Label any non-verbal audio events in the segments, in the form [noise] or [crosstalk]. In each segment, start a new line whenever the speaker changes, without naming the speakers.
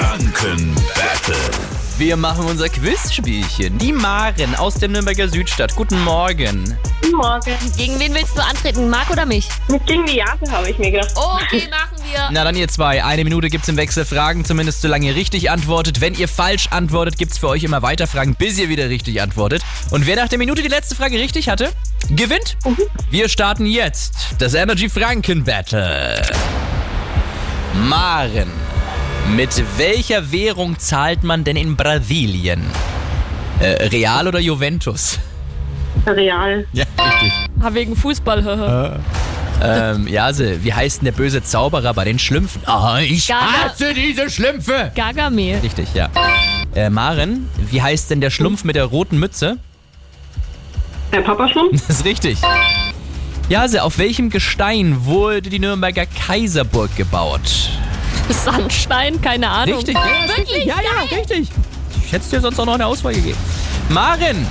Franken Battle.
Wir machen unser Quizspielchen. Die Maren aus der Nürnberger Südstadt. Guten Morgen.
Guten Morgen.
Gegen wen willst du antreten? Marc oder mich?
Mit gegen die Jahre habe ich mir gedacht.
Okay, machen wir.
Na dann ihr zwei. Eine Minute gibt's im Wechsel Fragen, zumindest solange ihr richtig antwortet. Wenn ihr falsch antwortet, gibt's für euch immer weiter Fragen, bis ihr wieder richtig antwortet. Und wer nach der Minute die letzte Frage richtig hatte, gewinnt. Wir starten jetzt das Energy Franken Battle. Maren, mit welcher Währung zahlt man denn in Brasilien? Äh, Real oder Juventus?
Real.
Ja, richtig.
Ah, Wegen
Äh.
Fußball. [laughs]
Ähm, Jase, wie heißt denn der böse Zauberer bei den Schlümpfen? Ah, ich
Gaga.
hasse diese Schlümpfe!
Gargamel.
Richtig, ja. Äh, Maren, wie heißt denn der Schlumpf mit der roten Mütze? [laughs]
Der Papa schon?
Das ist richtig. Jase, auf welchem Gestein wurde die Nürnberger Kaiserburg gebaut?
Sandstein, keine Ahnung.
Richtig, ja, ist
Wirklich?
richtig. Ja, ja, richtig. Ich hätte dir sonst auch noch eine Auswahl gegeben. Maren,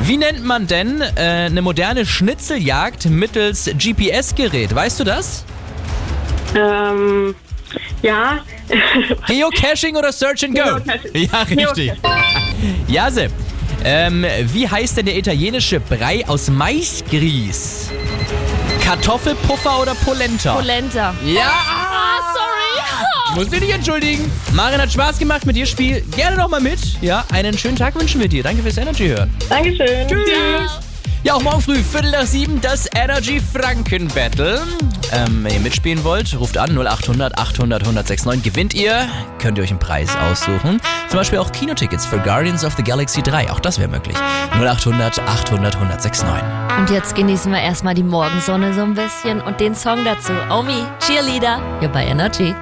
wie nennt man denn äh, eine moderne Schnitzeljagd mittels GPS-Gerät? Weißt du das?
Ähm, ja. [laughs]
Geocaching oder Search and Go?
Geocaching.
Ja, richtig. Jase, ähm, wie heißt denn der italienische Brei aus Maisgrieß? Kartoffelpuffer oder Polenta?
Polenta.
ja,
Ah, sorry. [laughs]
muss dich nicht entschuldigen. Maren hat Spaß gemacht mit dir Spiel. Gerne nochmal mit. Ja, einen schönen Tag wünschen wir dir. Danke fürs Energy hören.
Dankeschön.
Tschüss. Ja, auch morgen früh, Viertel nach sieben, das Energy Franken Battle. Ähm, wenn ihr mitspielen wollt, ruft an 0800 800 1069. Gewinnt ihr, könnt ihr euch einen Preis aussuchen. Zum Beispiel auch Kinotickets für Guardians of the Galaxy 3. Auch das wäre möglich. 0800 800 1069.
Und jetzt genießen wir erstmal die Morgensonne so ein bisschen und den Song dazu. Omi, Cheerleader. Hier bei Energy.